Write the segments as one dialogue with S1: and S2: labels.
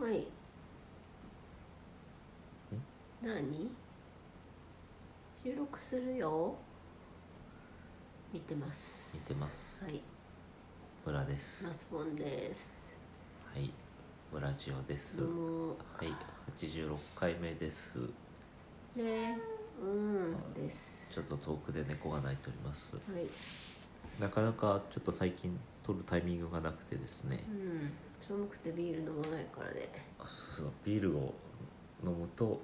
S1: はい何収録するよ見てます
S2: 見てます
S1: はい
S2: 村です
S1: マスボンです
S2: はい村ジオです
S1: どうも
S2: はい86回目です
S1: ねうんです
S2: ちょっと遠くで猫が鳴いております
S1: はい
S2: なかなかちょっと最近撮るタイミングがなくてですね
S1: うん寒くてビール飲まないからね
S2: そのビールを飲むと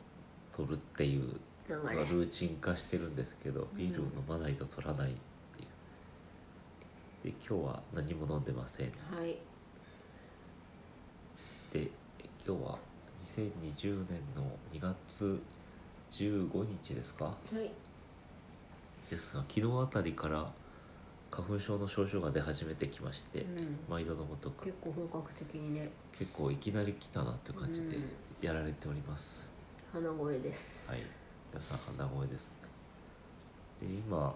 S2: 撮るっていう
S1: 流
S2: まあ
S1: れ
S2: ルーチン化してるんですけどビールを飲まないと撮らないっていうで今日は何も飲んでません
S1: はい
S2: で今日は2020年の2月15日ですか
S1: はい
S2: ですが昨日あたりから花粉症の症状が出始めてきまして、
S1: うん
S2: 毎度のごとく
S1: 結構本格的にね
S2: 結構いきなり来たなっていう感じで
S1: うん
S2: やられております、
S1: 鼻声です
S2: はい皆さん鼻声ですねで今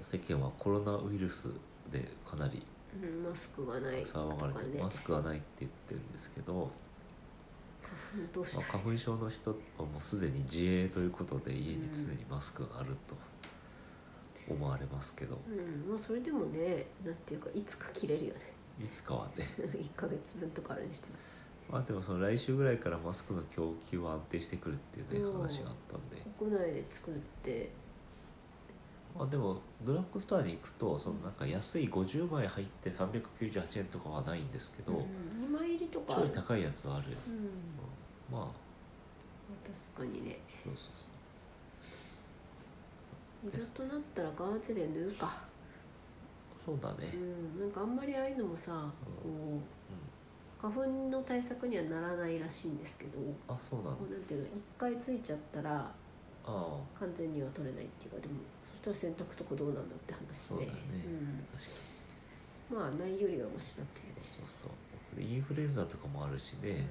S2: 世間はコロナウイルスでかなり
S1: うんマスクがないとか
S2: 騒がれて、
S1: ね
S2: マスクはないって言ってるんですけど、
S1: うんどうし
S2: まあ、
S1: た
S2: 花粉症の人はもうすでに自衛ということで家に常にマスクがあると思われますけど、
S1: うんまあそれでもねなんていうかいつか切れるよね
S2: いつかはね
S1: 1ヶ月分とかあれにしても
S2: まあでもその来週ぐらいからマスクの供給は安定してくるっていうね
S1: うん
S2: 話があったんで、
S1: 国内で作って
S2: まあ、でもドラッグストアに行くとそのなんか安い50枚入って398円とかはないんですけど、
S1: うん、2枚入りとか
S2: ち
S1: あ
S2: ょ
S1: る
S2: い高いやつはあるよ、
S1: うん
S2: うんまあ
S1: 確かにね
S2: そうそうそ
S1: 水となったらガーゼで縫うか
S2: うそうだね
S1: う、んなんかあんまりああいうのもさこう
S2: う
S1: 花粉の対策にはならないらしいんですけどこ
S2: ん、あそうなんだ
S1: うなんていうの1回ついちゃったら
S2: あ
S1: 完全には取れないっていうかでもそしたら洗濯とかどうなんだって話
S2: そう
S1: で
S2: だよねあ確か
S1: う
S2: に
S1: ん、まあないよりはマシだっていうね
S2: そうそうでインフルエンザとかもあるしね、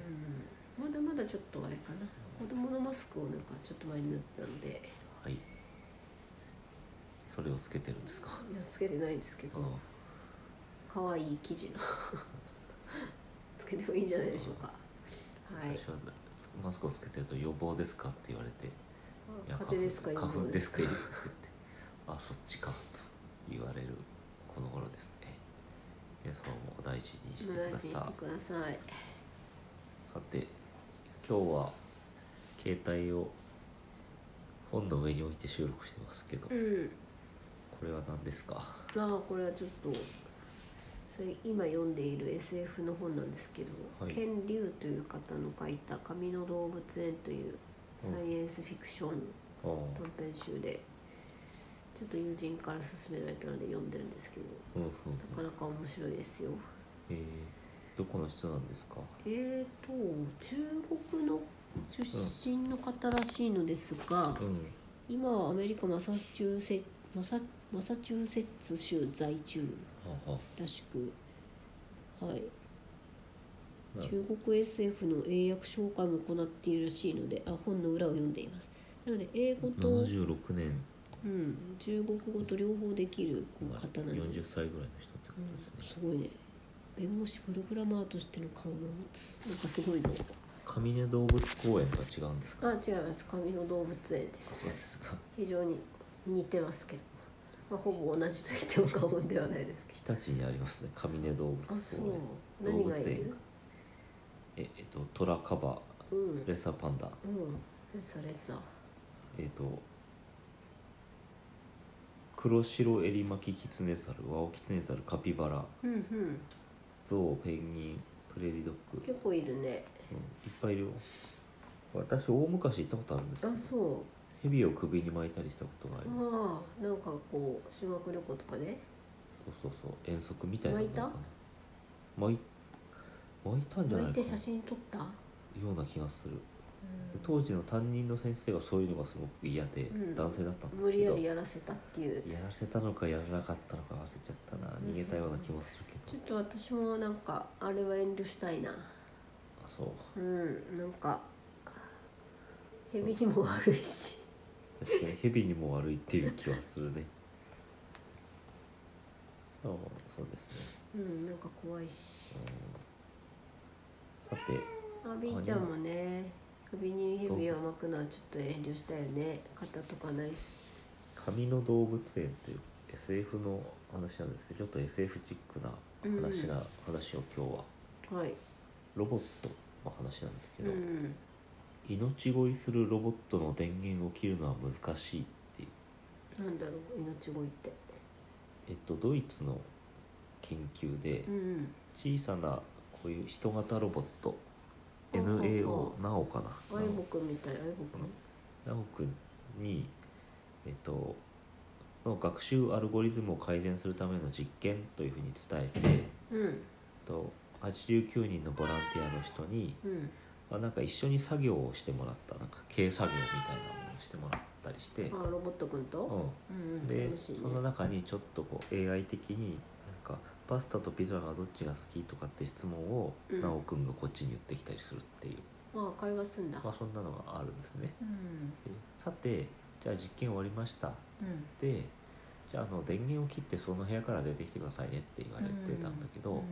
S1: うん、まだまだちょっとあれかな子供のマスクをなんかちょっと前に塗ったので
S2: はいそれをつけてるんですか、
S1: いやつけてないんですけど
S2: うん
S1: 可愛い生地の つけてもいいんじゃないでしょうかはい
S2: 私はつマスクをつけてると予防ですかって言われていや
S1: 風邪ですか
S2: 花粉花粉ですか
S1: 今
S2: って言ってあそっちかと言われるこの頃ですね皆様もお大事にしてく
S1: 大
S2: だ
S1: 事に
S2: さ
S1: して
S2: い
S1: ください
S2: さて今日は携帯を本の上に置いて収録してますけどこ
S1: うん
S2: れは何ですか
S1: ああこれはちょっとそれ今読んでいる SF の本なんですけど、
S2: はい
S1: ケン・リュウという方の書いた「紙の動物園」というサイエンスフィクション
S2: あー
S1: 短編集でちょっと友人から勧められたので読んでるんですけど
S2: うんうん
S1: なかなか面白いですよ
S2: えー、どこの人なんですか
S1: えーと中国の出身の方らしいのですが、
S2: うん
S1: 今はアメリカマサチューセマサマサチューセッツ州在住
S2: はあは
S1: らしく、はい、
S2: あなる
S1: 中国 SF の英訳紹介も行っているらしいのであ本の裏を読んでいますなので英語と、う
S2: 76年
S1: ん、中国語と両方できるこう方なんじゃない
S2: 40歳ぐらいの人ってこ
S1: うん
S2: とですね、
S1: すごいね弁護士プログラマーとしての顔を持つなんかすごいぞ
S2: 上根動物公園とは違うんですか
S1: あ違います上野動物園で
S2: そうですすか
S1: 非常に似てますけど、まあ、ほぼ同じと言っても過言ではないですけ
S2: 日立にありますね上根動物
S1: どあそう
S2: 公園
S1: 何がい
S2: 動物園
S1: る
S2: かええっとトラカバ
S1: うんうん
S2: レッサーパンダ
S1: それさ
S2: えっと黒白エリマキキツネザルワオキツネザルカピバラ
S1: うんうん
S2: ゾウペンギンプレーリドッグ、うん、いっ
S1: 結構いるね
S2: ぱいいるよ私大昔行ったことあるんですけ
S1: あ
S2: ど
S1: そう
S2: ヘビを首に巻いたりしたことがあります
S1: ああなんかこう修学旅行とかね
S2: そうそうそう遠足みたいなの
S1: 巻いた
S2: なんかね巻い巻いたんじゃな
S1: 巻い
S2: いかな
S1: て写真撮った、
S2: ような気がするで
S1: う
S2: 当時の担任の先生がそういうのがすごく嫌で、
S1: うん
S2: 男性だったん
S1: ん、無
S2: です
S1: 理
S2: け
S1: や
S2: ど
S1: りやらせたっていう
S2: やらせたのかやらなかったのか忘れちゃったな逃げたような気もするけ
S1: ち
S2: ど、
S1: ょっと私もなんかあれは遠慮したいな
S2: あそう
S1: うんなんかヘビにも悪いし
S2: 確かに蛇にも悪いっていう気はするね そうそうですね
S1: うんなんか怖いし
S2: さて
S1: あビーちゃんもね首に蛇を巻くのはちょっと遠慮したよね肩とかないし
S2: 紙の動物園っていう SF の話なんですけどちょっと SF チックな話が、話を今日は
S1: はい
S2: ロボットの話なんですけ
S1: う
S2: ど、
S1: ん
S2: 命乞いするロボットの電源を切るのは難しいっていう
S1: なんだろう命乞いって
S2: えっとドイツの研究で
S1: うん
S2: 小さなこういう人型ロボット
S1: ほうほうほう
S2: NAO なおかな
S1: 愛護くんみたい愛護くん
S2: なおくんにえっとの学習アルゴリズムを改善するための実験というふうに伝えて、えっ
S1: うん
S2: と、89人のボランティアの人に、
S1: うん
S2: まあ、なんか一緒に作業をしてもらったなんか軽作業みたいなものをしてもらったりして、
S1: あロボットくん
S2: う
S1: と
S2: ん、
S1: うんうん
S2: で
S1: 楽しい
S2: そ
S1: ね
S2: の中にちょっとこう AI 的になんかパスタとピザがどっちが好きとかって質問を
S1: うん
S2: なおくんがこっちに言ってきたりするっていう、
S1: あ会話すんだ
S2: まあそんなのがあるんですね
S1: うん
S2: でさてじゃあ実験終わりました
S1: うん
S2: でじゃああの電源を切ってその部屋から出てきてくださいねって言われてたんだけど、
S1: うん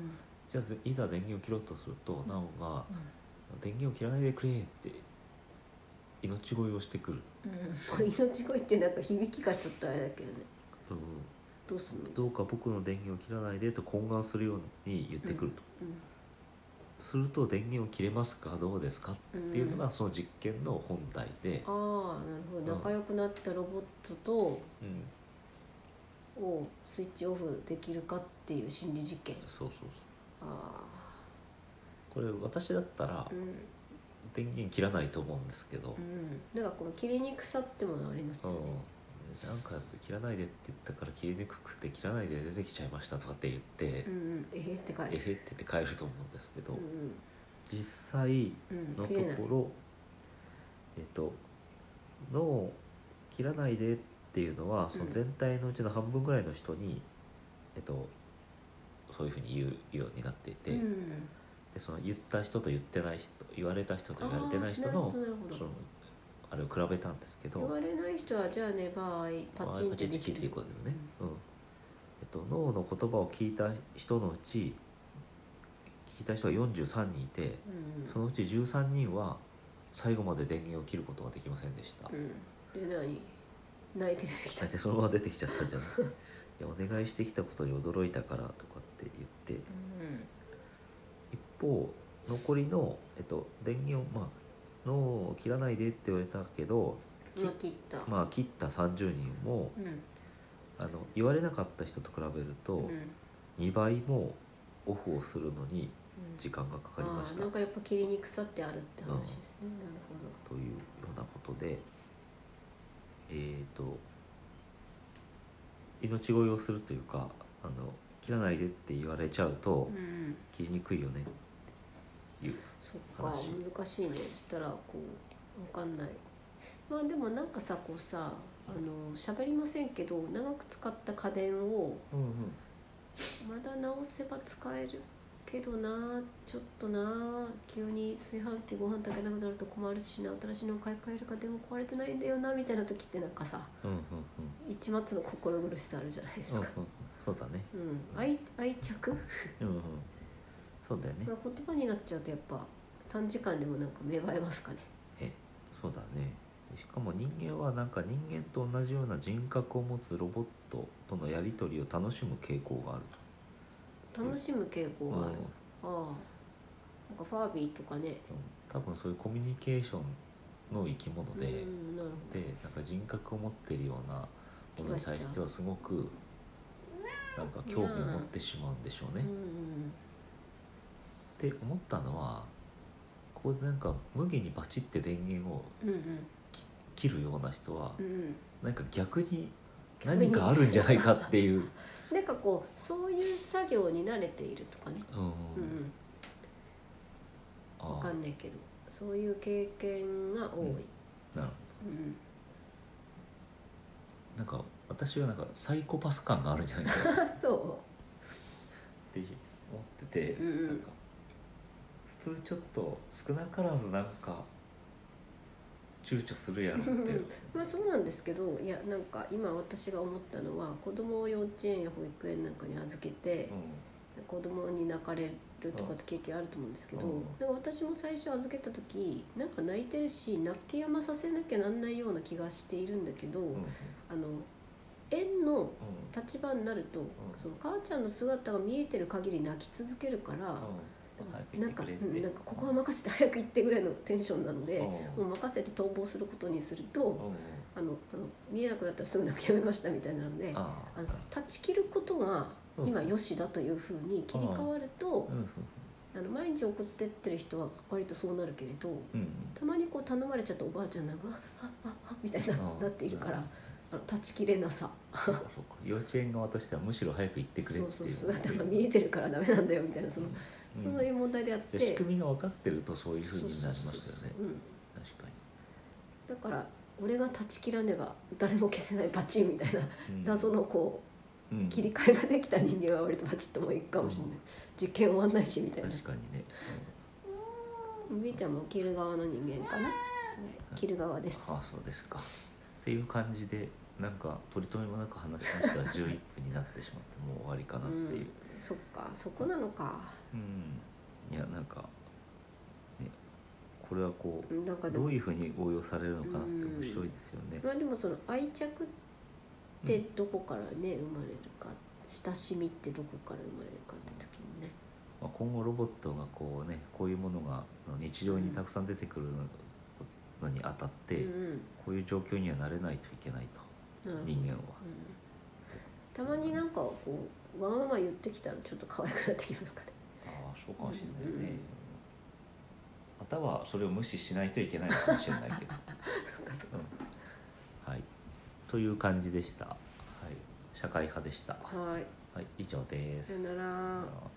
S2: じゃあぜいざ電源を切ろうとすると、
S1: ん
S2: なおが「電源を切らないでくれ」って命乞いをしてくる、
S1: うんうん 命乞いってなんか響きがちょっとあれだけどね
S2: うん
S1: どうすんの
S2: どうか僕の電源を切らないでと懇願するように言ってくると、
S1: うん
S2: すると電源を切れますかどうですか
S1: うん
S2: っていうのがその実験の本題で、
S1: ああなるほど
S2: うん
S1: 仲良くなったロボットと
S2: うん
S1: をスイッチオフできるかっていう心理実験
S2: そうそうそう
S1: あ
S2: これ私だったら
S1: あうん
S2: 電源切らないと思うんですけど、
S1: うんなんかこの切りにくさってものあります
S2: う
S1: よ
S2: ん
S1: ね
S2: なんか切らないでって言ったから切れにくくて切らないで出てきちゃいましたとかって言って、
S1: うんうんえー、ってか
S2: えへって言って帰ると思うんですけど、
S1: うん
S2: 実際
S1: うんうん
S2: のと
S1: 切れない
S2: ころえっと脳を切らないでっていうのはその全体のうちの半分ぐらいの人に、えっとそういうふうに言う言うようになっていて、
S1: うん、
S2: でその言った人と言ってない人言われた人と言われてない人
S1: あ
S2: の
S1: ーなるほどな
S2: そ
S1: るほ
S2: の
S1: ど
S2: あれを比べたんですけ
S1: 言
S2: ど
S1: われない人はじゃあね場合パチン
S2: まあ
S1: ってでき
S2: 切っていう
S1: る
S2: ことですね、うんえっと、脳の言葉を聞いた人のうち聞いた人が43人いて、
S1: うん
S2: そのうち13人は最後まで電源を切ることができませんでした、
S1: うんで何泣いて出てきた
S2: だってそのまま出てきちゃったんじゃない でお願いしてきたことに驚いたからとかって言って
S1: う
S2: 一方残りの、えっと、電源をまあ脳を切らないでって言われたけど
S1: んまあ切った、
S2: まあ切った30人も
S1: うん
S2: あの言われなかった人と比べる
S1: うん
S2: と2倍もオフをするのに
S1: うん
S2: 時間がかかりまし
S1: あー
S2: た
S1: なんかやっぱ切りにくさってあるって話ですね、なるほど
S2: というようなことでえっ、と命乞いをするというかあの切らないでって言われちゃうと、
S1: うん、
S2: 切りにくいよねっていう
S1: そっか
S2: 話
S1: 難しいねそしたらこうわかんないまあでもなんかさこうさあの喋りませんけど長く使った家電を
S2: うんうん
S1: まだ直せば使えるけどなちょっとな急に炊飯器ご飯炊けなくなると困るしな新しいのを買い替える家電も壊れてないんだよなみたいな時ってなんかさ
S2: うんうん
S1: 一末の心苦しさあるじゃないです
S2: うんうんうん
S1: か。
S2: そうだね
S1: うん、愛愛着
S2: うんうんそうだよね
S1: これ言葉になっちゃうとやっぱ短時間でもなんか芽生えますかね。
S2: えそうだねしかも人間はなんか人間と同じような人格を持つロボットとのやり取りを楽しむ傾向がある
S1: 楽しむ傾
S2: と、
S1: 向がある、
S2: うん
S1: ああなんかファービーとかね
S2: 多分そういうコミュニケーションの生き物で、
S1: うんなるほ
S2: でなんか人格を持ってるようなものに対してはすごくなんか興味を持ってしまうんでしょう
S1: ど、
S2: ね。
S1: うんうん
S2: って思ったのはここでなんか無限にバチって電源を
S1: うんうん
S2: 切るような人は
S1: うんうん
S2: なんか逆に
S1: 逆に
S2: 何かあるんじゃないかっていう、
S1: なんかこうそういう作業に慣れているとかね
S2: うん
S1: うんう
S2: あ
S1: んわ
S2: ー
S1: かんないけどそういう経験が多い、
S2: なる
S1: うん
S2: なんか私はなんかサイコパス感があるんじゃないかっ
S1: うん、あ そ
S2: て思ってて、
S1: うんうん
S2: なんか普通ちょっと少なからずなんか躊躇するやろって。
S1: う まあそうなんですけどいやなんか今私が思ったのは子供を幼稚園や保育園なんかに預けて、
S2: う
S1: 子供に泣かれるとかって経験あると思うんですけど、
S2: う
S1: な
S2: ん
S1: んか私も最初預けた時なんか泣いてるし泣き止まさせなきゃなんないような気がしているんだけど、
S2: うんうん
S1: あの園の立場になると、その母ちゃんの姿が見えてる限り泣き続けるから、
S2: うん
S1: なんかうんなんかここは任せて早く行ってぐらいのテンションなので、もう任せて逃亡することにすると、
S2: うんうん
S1: あのあの見えなくなったらすぐ泣きやめましたみたいなのであ
S2: ああ
S1: の断ち切ることが
S2: うん
S1: 今よしだというふうに切り替わると
S2: うんうん
S1: あの毎日送ってってる人は割とそうなるけれど
S2: うんうん
S1: たまにこう頼まれちゃったおばあちゃんなんか「あああみたいな
S2: ああ
S1: なっているから
S2: うん
S1: あの断ち切れなさ
S2: そうかそうか幼稚園側としてはむしろ早く行ってくれっ
S1: そ
S2: ていうう
S1: そう姿が見えてるからダメなんだよみたいなその、
S2: うん
S1: そういう問題であっ
S2: じゃあ仕
S1: て。
S2: 組みが分かってるとそういうふう
S1: そう
S2: に
S1: そ
S2: な
S1: う
S2: りま
S1: そう
S2: す
S1: そ
S2: よ
S1: う
S2: ね
S1: うん
S2: 確か
S1: だから俺が断ち切らねば誰も消せないバチンみたいな
S2: に、うん
S1: 謎のこう
S2: うん
S1: 切り替えができた人間は割とバチッともういくかもしれない、
S2: うん
S1: 実験終わんないしみたいな
S2: 確かにね、
S1: みーちゃんも切る側の人間かな、ね切る側です
S2: うんああそうですかっていう感じでなんか取り留めもなく話しましたが11分になってしまってもう終わりかなっていう、
S1: そっかそこなのか
S2: うんいやなんか、ね、これはこ
S1: うんなんか
S2: う
S1: で
S2: ど
S1: も
S2: ういうふうに応用されるのかなって面白いですよね。
S1: まあでもその愛着っ
S2: う
S1: て
S2: ん
S1: どこからね生まれるか親しみってどこから生まれるかって時にね
S2: まあ、今後ロボットがこうねこういうものがあの日常にたくさん出てくるのにあたって、
S1: うん
S2: こういう状況にはなれないといけない
S1: うん、
S2: と
S1: なるほど
S2: 人間は。
S1: うんたまになんかこうわがまま言ってきたらちょっと可愛くなってきますかね
S2: ああそうかもしれないね、
S1: うんうん
S2: またはそれを無視しないといけないかもしれないけ ど、
S1: なんかそっか
S2: うんはいという感じでした、はい、社会派でした、
S1: はい
S2: はい、以上で
S1: さよ
S2: す
S1: なら
S2: あの